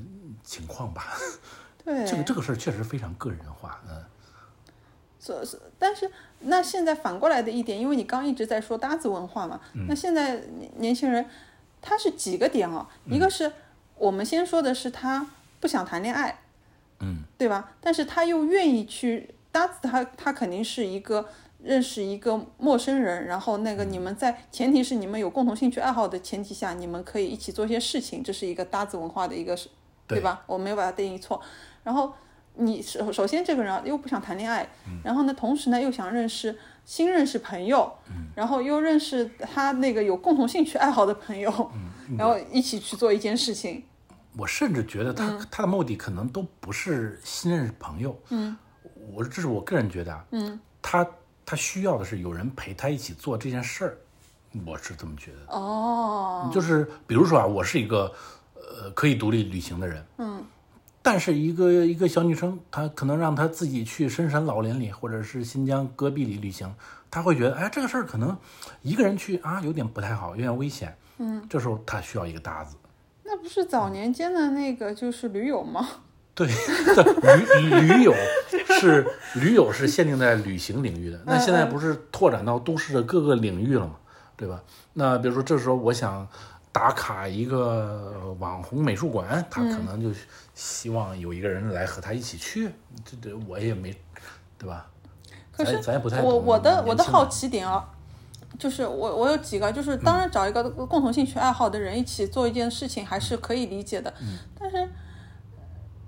S2: 情况吧。
S1: 对，
S2: 这个这个事儿确实非常个人化，嗯。
S1: 所所但是那现在反过来的一点，因为你刚一直在说搭子文化嘛，
S2: 嗯
S1: 那现在年年轻人他是几个点啊、一
S2: 嗯
S1: 个是我们先说的是他不想谈恋爱，
S2: 嗯，
S1: 对吧？但是他又愿意去搭子他，他肯定是一个。认识一个陌生人，然后那个你们在前提是你们有共同兴趣爱好的前提下，你们可以一起做一些事情，这是一个搭子文化的一个对吧？我没有把它定义错。然后你首首先这个人啊又不想谈恋爱，然后呢，同时呢又想认识新认识朋友，然后又认识他那个有共同兴趣爱好的朋友，然后一起去做一件事情。哦
S2: 我甚至觉得他、他的目的可能都不是新认识朋友，嗯，我这是我个人觉得啊，嗯，他他需要的是有人陪他一起做这件事儿，我是这么觉得，
S1: 哦，
S2: 就是比如说啊，我是一个呃可以独立旅行的人，嗯，但是一个一个小女生，她可能让她自己去深山老林里或者是新疆戈壁里旅行，她会觉得哎这个事儿可能一个人去啊有点不太好，有点危险，嗯，这时候她需要一个搭子。
S1: 那不是早年间的那个就是驴友吗？
S2: 对，对驴驴友是驴友是限定在旅行领域的，那现在不是拓展到都市的各个领域了嘛，对吧？那比如说这时候我想打卡一个呃网红美术馆，他可能就希望有一个人来和他一起去，这这我也没，对吧？
S1: 可
S2: 咱
S1: 是
S2: 咱也不太
S1: 我
S2: 懂
S1: 我的
S2: 年
S1: 我的
S2: 轻
S1: 好
S2: 人
S1: 奇点啊，就是我我有几个，就是当
S2: 嗯
S1: 然找一个呃共同兴趣爱好的人一起做一件事情还是可以理解的，
S2: 嗯
S1: 但是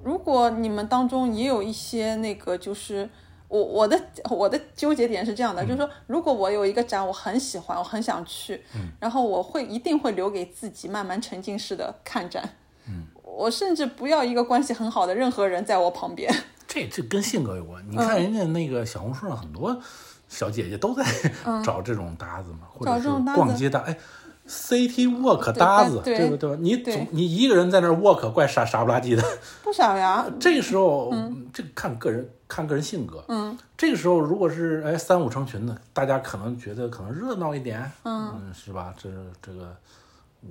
S1: 如果你们当中也有一些那个就是。我我的我的纠结点是这样
S2: 嗯
S1: 的，就是说，如果我有一个展，我很喜欢，我很想去，然后我会一定会留给自己慢慢沉浸式的看展。嗯，我甚至不要一个关系很好的任何人在我旁边。
S2: 这这跟性格有关。
S1: 嗯
S2: 你看人家那个小红书上很多小姐姐都在 找这种搭子嘛，或
S1: 嗯找
S2: 者
S1: 这
S2: 是
S1: 种搭
S2: 逛
S1: 子
S2: 街搭哎。City walk 搭子，
S1: 对
S2: 对不对吧？你
S1: 对
S2: 总你一个人在那儿 walk，怪傻傻不拉几的。
S1: 不少呀，
S2: 这个时候，嗯这个看个人看个人性格。嗯，这个时候如果是哎三五成群的，大家可能觉得可能热闹一点，嗯，是吧？这这个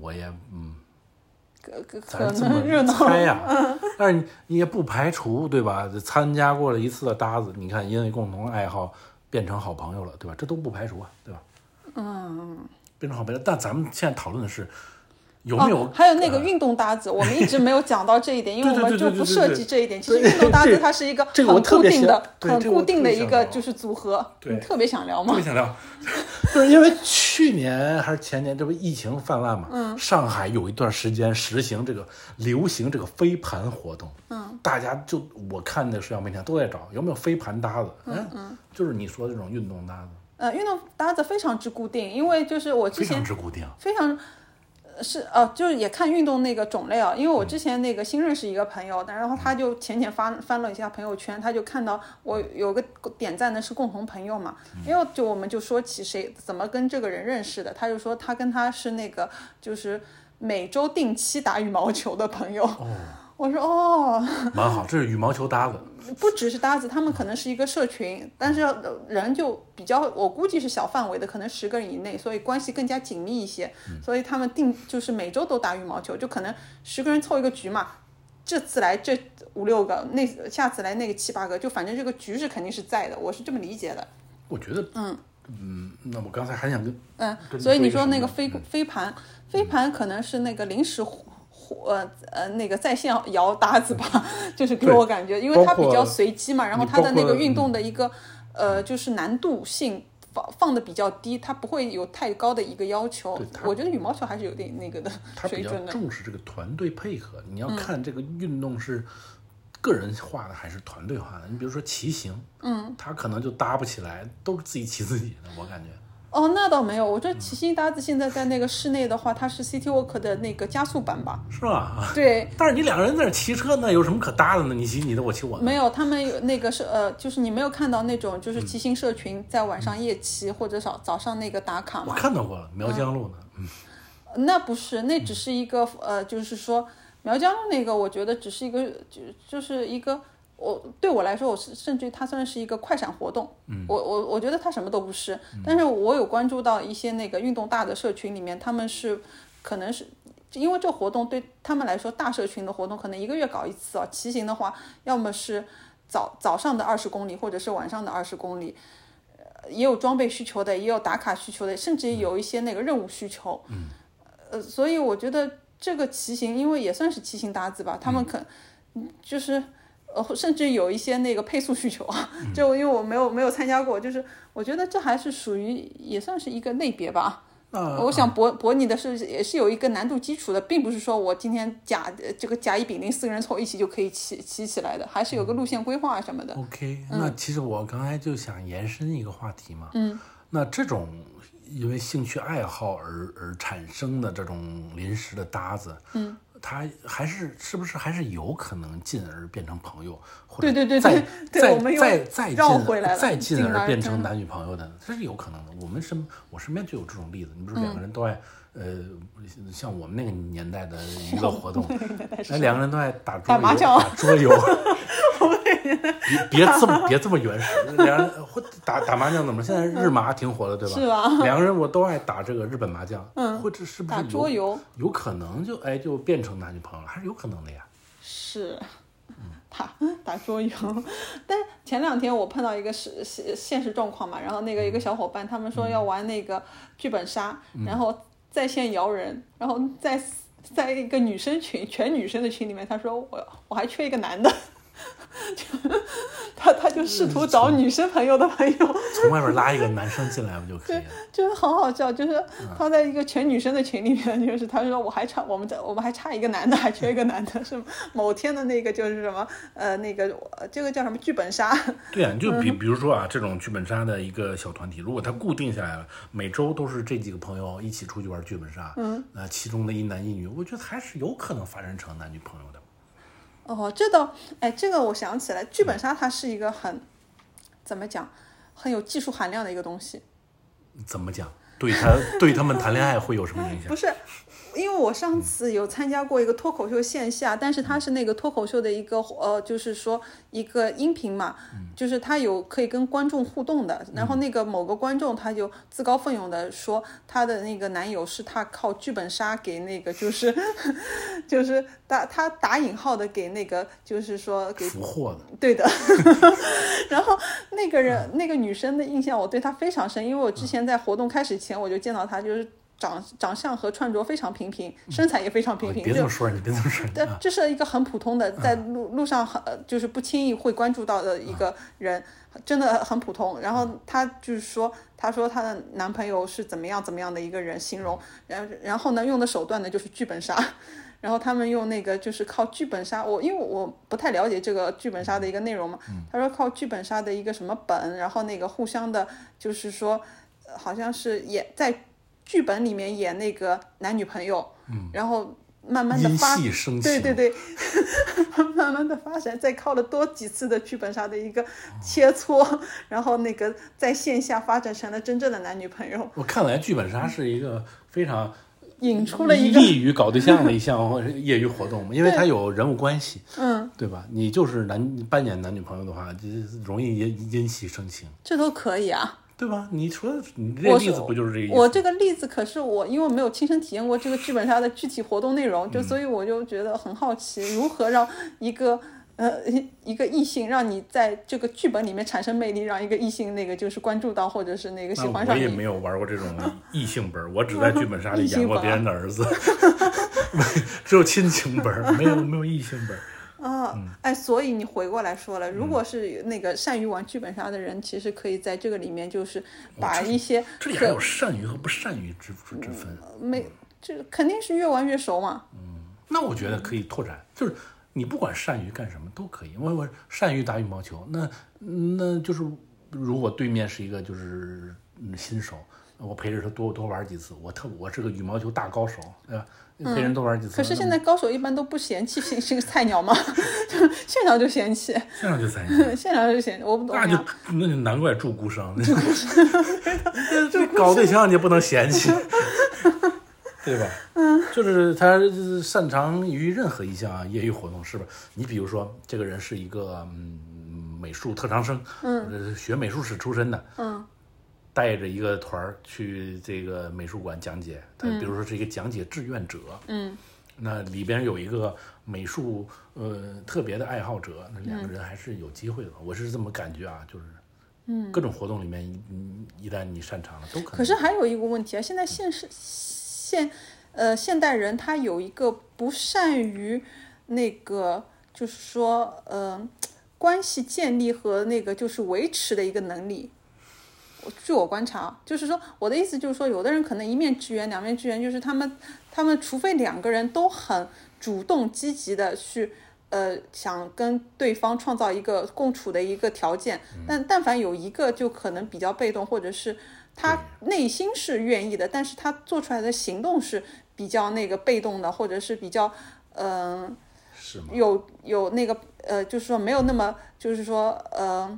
S2: 我也嗯，
S1: 可可可
S2: 咱这么
S1: 能热闹嗯
S2: 猜呀、但是你你也不排除对吧？参加过了一次的搭子，你看因为共同爱好变成好朋友了，对吧？这都不排除啊，对吧？嗯，变成好朋友，但咱们现在讨论的是有没有、啊
S1: 哦、还有那个运动搭子，我们一直没有讲到这一点，因为我们就不涉及这一点。其
S2: 对
S1: 实
S2: 对对对对对
S1: 运动搭
S2: 这
S1: 子
S2: 个
S1: 它是一个
S2: 这
S1: 很
S2: 个我特
S1: 固
S2: 别
S1: 定的
S2: 想、对
S1: 很
S2: 这个我
S1: 固定的
S2: 特
S1: 一
S2: 别想
S1: 个
S2: 聊
S1: 就是组合。
S2: 对
S1: 你特别想聊
S2: 特
S1: 吗
S2: 别？想聊， 就是因为去年还是前年，这不疫情泛滥嘛，
S1: 嗯
S2: 上海有一段时间实行这个流行这个飞盘活动，嗯，大家就我看的社交媒体上都在找有没有飞盘搭子，嗯嗯，就是你说的这种运动搭子，
S1: 呃，运动搭子非常之固定，因为就是我之
S2: 非常
S1: 前
S2: 之固定，
S1: 非常。呃是哦、就是也看运动那个种类啊，因为我之前那个新认识一个朋友，但然后他就前天翻翻了一下朋友圈，他就看到我有个点赞的是共同朋友嘛，因为就我们就说起谁怎么跟这个人认识的，他就说他跟他是那个就是每周定期打羽毛球的朋友，
S2: 哦，
S1: 我说哦，
S2: 蛮好，这是羽毛球搭子，
S1: 不只是搭子，他们可能是一个社群，但是呃人就比较，我估计是小范围的，可能十个人以内，所以关系更加紧密一些。所以他们定就是每周都打羽毛球，就可能十个人凑一个局嘛。这次来这五六个，那下次来那个七八个，就反正这个局是肯定是在的，我是这么理解的。
S2: 我觉得，嗯嗯，那我刚才还想跟
S1: 嗯
S2: 跟，
S1: 所以
S2: 追
S1: 你
S2: 着
S1: 说
S2: 什么
S1: 那个
S2: 呢嗯
S1: 飞飞盘，飞盘可能是那个临时火。火呃呃，那个在线摇搭子吧， 就是给
S2: 对
S1: 我感觉，因为它
S2: 包
S1: 比
S2: 括
S1: 较随机嘛，然后
S2: 你
S1: 它
S2: 包
S1: 的那
S2: 括嗯
S1: 个运动的一个呃，就是难度性放放的比较低，它不会有太高的一个要求
S2: 对。它
S1: 我觉得羽毛球还是有点那个的
S2: 他
S1: 水
S2: 比较
S1: 准的。
S2: 重视这个团队配合。你要看这个运动是个人化的还是团队化的。你比如说骑行，嗯，他可能就搭不起来，都是自己骑自己的。我感觉
S1: 哦，那倒没有，我觉
S2: 嗯
S1: 得骑行搭子现在在那个室内的话，它是 City Walk 的那个加速版吧？
S2: 是吧？
S1: 对，
S2: 但是你两个人在那儿骑车，那有什么可搭的呢？你骑你的，我骑我的。
S1: 没有，他们有那个是呃，就是你没有看到那种就是
S2: 嗯
S1: 骑行社群在晚上夜骑或者早早上那个打卡
S2: 我
S1: 吗？
S2: 看到过了，苗江路呢，嗯
S1: 那不是，那只是一个呃，就是说苗疆路那个，我觉得只是一个就就是一个。我对我来说，我是甚至于它算是一个快闪活动。嗯，我我我觉得它什么都不是，但是我有关注到一些那个运动大的社群里面，他们是可能是因为这活动对他们来说，大社群的活动可能一个月搞一次哦。骑行的话，要么是早早上的二十公里，或者是晚上的二十公里，呃也有装备需求的，也有打卡需求的，甚至
S2: 嗯
S1: 于有一些那个任务需求。嗯，呃，所以我觉得这个骑行，因为也算是骑行搭子吧，他们可、嗯就是。呃，甚至有一些那个配速需 求啊，就因为我没有没有参加过，就是我觉得这还是属于也算是一个类别吧。
S2: 那
S1: 我想博博你的是也是有一个难度基础的，并不是说我今天甲呃这个甲乙丙丁四个人凑一起就可以骑骑起来的，还是有个
S2: 嗯
S1: 路线规划什么
S2: 哦
S1: 的。嗯
S2: OK，那其实我刚才就想延伸一个话题嘛，嗯，那这种因为兴趣爱好而而产生的这种临时的搭子，嗯，它还是是不是还是有可能进而变成朋友，或者
S1: 对对对
S2: 再
S1: 对对我们
S2: 再
S1: 又
S2: 再再进
S1: 绕回来
S2: 而
S1: 了
S2: 再进
S1: 进
S2: 而
S1: 而
S2: 变
S1: 嗯
S2: 成男女朋友的，这是有可能的。我们身我身边就有这种例子，你比如
S1: 嗯
S2: 说两个人都爱。呃，像我们那个年代 的娱乐活动，哎，两个人都爱打桌
S1: 打麻
S2: 游
S1: 将
S2: 打 桌游，别别这么别这么原始，两人或打打麻将怎么？现在日麻挺火的，对吧？
S1: 是 吧？
S2: 两个人我都爱打这个日本麻将，嗯，或者是不是
S1: 打
S2: 有
S1: 桌游
S2: 有可能就哎就变成男女朋友了，还是有可能的呀。
S1: 是，打打桌游。 但前两天我碰到一个是是现实状况嘛，然后那个一个小伙伴他们说要玩那个剧本杀，然后在线摇人，然后在在一个女生群全女生的群里面，他说我我还缺一个男的。 他他就试图找女生朋友的朋友，
S2: 从外边拉一个男生进来不就可以了？
S1: 就是很好笑，就是他在一个全女生的群里面，就是他说我还差我们在我们还差一个男的，还缺一个男的， 是某天的那个就是什么呃那个呃这个叫什么剧本杀，
S2: 对啊，你就
S1: 嗯
S2: 比比如说啊，这种剧本杀的一个小团体，如果它固定下来了，每周都是这几个朋友一起出去玩剧本杀，嗯，那其中的一男一女，我觉得还是有可能发展成男女朋友的。
S1: 哦，这倒，哎，这个我想起来，剧本杀它是一个很，怎么讲，很有技术含量的一个东西。
S2: 怎么讲？对 他对他们谈恋爱会有什么影响
S1: 不？是，因为我上次有参加过一个脱口秀线下，但是它是那个脱口秀的一个呃，就是说一个音频嘛，就是它有可以跟观众互动的。然后那个某个观众他就自告奋勇的说，他的那个男友是他靠剧本杀给那个就是 就是打他打引号的给那个就是说给
S2: 俘获的，
S1: 对的， 然后那个人那个女生的印象，我对她非常深，因为我之前在活动开始前我就见到她，就是长长相和穿着非常平平，身材也非常平平，
S2: 嗯哦别这
S1: 就
S2: 么说，你别这 么说，啊
S1: 但这是一个很普通的，在路路上很呃就是不轻易会关注到的一个人，真的很普通。然后她就是说，她说她的男朋友是怎么样怎么样的一个人，形容，然然后呢用的手段呢就是剧本杀。然后他们用那个就是靠剧本杀，我因为我不太了解这个剧本杀的一个内容嘛，他说靠剧本杀的一个什么本，然后那个互相的，就是说呃好像是演在剧本里面演那个男女朋友，然后慢慢的
S2: 嗯因
S1: 发
S2: 戏生
S1: 对
S2: 情，
S1: 对 对，慢慢的发展，再靠了多几次的剧本杀的一个切磋，然后那个在线下发展成了真正的男女朋友，
S2: 我看来剧本杀是一个非常
S1: 引出了一个
S2: 利于搞对象的一项 或者是业余活动嘛，因为它有人物关系，
S1: 嗯，
S2: 对吧？你就是男扮演男女朋友的话，就容易因因戏生情，
S1: 这都可以啊。
S2: 对吧？你说你这
S1: 我
S2: 例子不就是这个意思？
S1: 我这个例子可是我，因为我没有亲身体验过这个剧本杀的具体活动内容，
S2: 嗯
S1: 就所以我就觉得很好奇，如何让一个呃一一个异性让你在这个剧本里面产生魅力，让一个异性那个就是关注到或者是那个喜
S2: 那
S1: 欢
S2: 啊我
S1: 上
S2: 也
S1: 你嗯
S2: 没。有玩过这种异性本儿，我只在剧本杀里演过别人的儿子， 只有亲情本儿，没有没有异性本儿。
S1: 啊，
S2: 嗯
S1: 哎，所以你回过来说了，如果是那个善于玩剧本杀的人，其实可以在这个里面就是把一些
S2: 哦这里还有
S1: 可
S2: 善于和不善于之之之分。啊
S1: 没，这肯定是越玩越熟嘛。
S2: 嗯那我觉得可以拓展，就是你不管善于干什么都可以。我我善于打羽毛球，那那就是如果对面是一个就是嗯新手，我陪着他多多玩几次，我特我是个羽毛球大高手，对吧？陪人多玩几次，
S1: 嗯可是
S2: 那
S1: 现在高手一般都不嫌弃 是是个菜鸟嘛，就 现场就嫌弃。
S2: 这样就三星。
S1: 现场就行，我不懂啊
S2: 那就
S1: 呀。
S2: 那就难怪住孤生， 这搞对象你也不能嫌 弃，对吧？嗯，就是他擅长于任何一项啊业余活动，是不是？你比如说，这个人是一个嗯美术特长生，嗯，学美术史出身的，
S1: 嗯，
S2: 带着一个团儿去这个美术馆讲解，他比如说是一个讲解志愿者，
S1: 嗯，
S2: 那里边有一个美术呃特别的爱好者，那两个
S1: 嗯
S2: 人还是有机会的。我是这么感觉啊，就是，嗯，各种活动里面，嗯一旦你擅长了，都可能。
S1: 可是还有一个问题啊，现在现是现呃现代人他有一个不善于那个就是说呃关系建立和那个就是维持的一个能力。我据我观察，啊就是说我的意思就是说，有的人可能一面之缘，两面之缘，就是他们他们除非两个人都很主动积极的去。呃，想跟对方创造一个共处的一个条件，但但凡有一个就可能比较被动，或者是他内心是愿意的，但是他做出来的行动是比较那个被动的，或者是比较嗯、呃
S2: 是吗？
S1: 有有那个呃，就是说没有那么就是说呃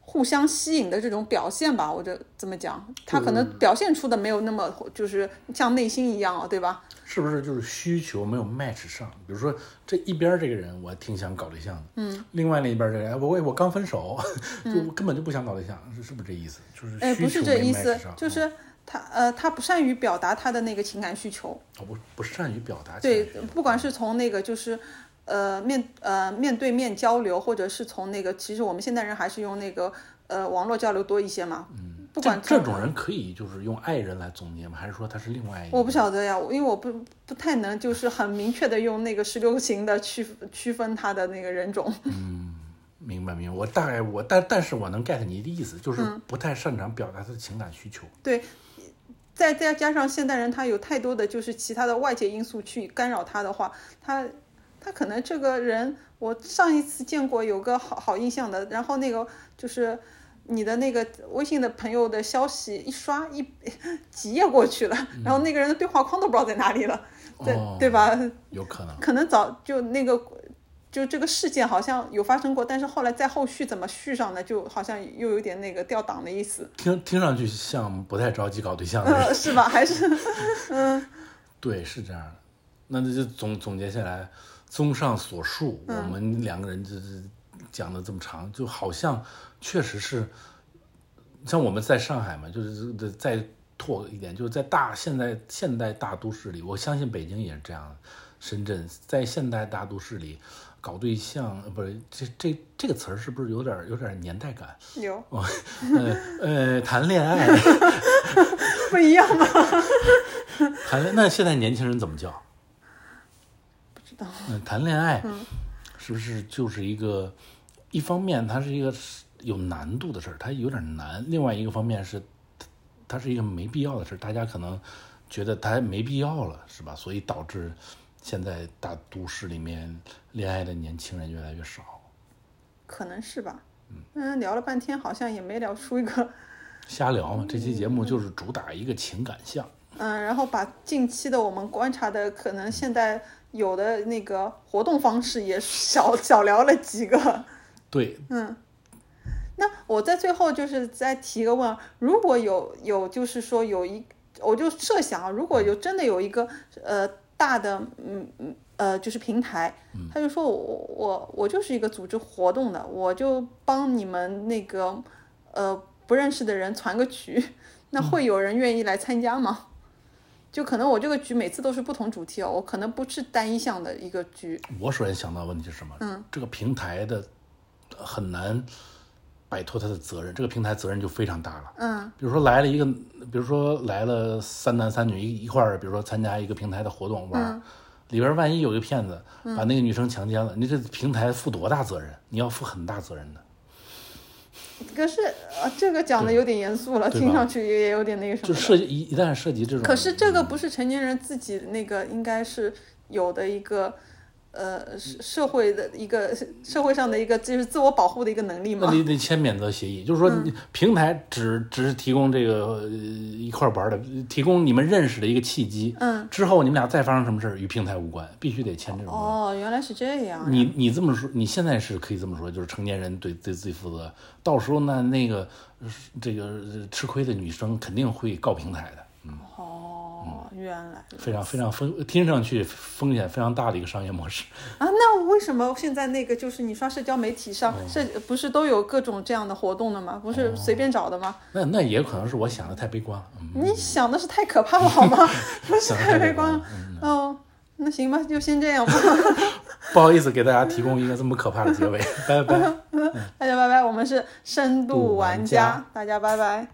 S1: 互相吸引的这种表现吧，我就这么讲，他可能表现出的没有那么就是像内心一样啊，对吧？
S2: 是不是就是需求没有 match 上？比如说这一边儿这个人，我挺想搞对象的，嗯，另外那一边儿这个人，哎我我我刚分手，就根本就不想搞对象，是是不是这意思？就是
S1: 嗯哎，不
S2: 需
S1: 是
S2: 求
S1: 这
S2: 没
S1: 意思
S2: match 上，，
S1: 就
S2: 嗯
S1: 是他呃他不善于表达他的那个情感需求，
S2: 我不不善于表达情
S1: 对
S2: 绪。，
S1: 不管是从那个就是。呃，面呃面对面交流，或者是从那个，其实我们现代人还是用那个呃网络交流多一些嘛。嗯，不管
S2: 这
S1: 从
S2: 这种人可以就是用爱人来总结吗？还是说他是另外一个？
S1: 我不晓得呀，我因为我不不太能就是很明确的用那个十六型的区区分它的那个人种。
S2: 明白明白，我大概我但但是我能 get 你的意
S1: 嗯
S2: 思，就是不太擅长表达他的情感需求。
S1: 对，再再加上现代人他有太多的就是其他的外界因素去干扰他的话，他他可能这个人，我上一次见过有个好好印象的，然后那个就是你的那个微信的朋友的消息一刷一几页过去了，然后那个人的对话框都不知道在哪里了，对、
S2: 哦
S1: 对吧？
S2: 有可能，
S1: 可能早就那个。就这个事件好像有发生过，但是后来在后续怎么续上呢？就好像又有点那个掉档的意思。
S2: 听听上去像不太着急搞 对象的人。
S1: 呃，是吧？还是
S2: 对，是这样的。那这就总总结下来，综上所述，我们两个人就是讲的这么长，就好像确实是，像我们在上海嘛，就是这再拓一点，就是在大现代现代大都市里，我相信北京也是这样的，深圳在现代大都市里搞对象，呃不是这这这个词儿是不是有点有点年代感？
S1: 有
S2: 哦，呃呃，谈恋爱，
S1: 不一样吗？
S2: 谈恋那现在年轻人怎么叫？
S1: 不知道。
S2: 嗯，谈恋爱，是不是就是一个，一方面它是一个有难度的事儿，它有点难；另外一个方面是，它它是一个没必要的事儿，大家可能觉得它没必要了，是吧？所以导致现在大都市里面恋爱的年轻人越来越少。
S1: 可能是吧。嗯，聊了半天，好像也没聊出一个，
S2: 瞎聊嘛，这期节目就是主打一个情感项，
S1: 嗯，然后把近期的我们观察的，可能现在有的那个活动方式也小小聊了几个。
S2: 对，
S1: 嗯那我在最后就是再提一个问，啊如果有有就是说有一，我就设想啊，如果有真的有一个呃大的嗯嗯呃就是平台，他就说我我我就是一个组织活动的，我就帮你们那个呃不认识的人攒个局， 那会有人愿意来参加吗？就可能我这个局每次都是不同主题哦，我可能不是单一项的一个局，
S2: 我首先想到的问题是什么？嗯，这个平台的很难摆脱它的责任，这个平台责任就非常大了。
S1: 嗯，
S2: 比如说来了一个，比如说来了三男三女一一块儿，比如说参加一个平台的活动玩儿，
S1: 嗯
S2: 里边儿万一有一个骗子把那个女生强奸了，你这平台负多大责任？你要负很大责任的。
S1: 可是呃这个讲的有点严肃了，
S2: 对
S1: 听
S2: 吧
S1: 上去也也有点那个什么
S2: 就
S1: 了。
S2: 涉及一一旦涉及这种，
S1: 可是这个不是成年人自己那个，应该是有的一个呃社社会的一个社会上的一个就是自我保护的一个能力
S2: 那
S1: 嘛。
S2: 你得签免责协议，就是说
S1: 嗯
S2: 你平台只只是提供这个呃一块儿玩儿的，提供你们认识的一个契机。
S1: 嗯，
S2: 之后你们俩再发生什么事儿与平台无关，必须得签这种东西。
S1: 哦，原来是这样。
S2: 你你这么说，你现在是可以这么说，就是成年人对对自己负责。到时候呢，那个呃这个呃吃亏的女生肯定会告平台的，嗯
S1: 哦，原来
S2: 非常非常风，听上去风险非常大的一个商业模式。
S1: 啊，那为什么现在那个就是你刷社交媒体
S2: 哦
S1: 上，社、不是都有各种这样的活动的吗？不是随便找的吗？
S2: 那那也可能是我想的太悲观了，嗯，
S1: 你想的是太可怕了好吗？不是
S2: 想得
S1: 太
S2: 太
S1: 悲观
S2: 了嗯
S1: 了。。哦，那行吧，就先这样吧。
S2: 不好意思，给大家提供一个这么可怕的结尾，拜拜。
S1: 大家拜拜，我们是深
S2: 度
S1: 度
S2: 玩
S1: 玩
S2: 家
S1: 家大家拜拜。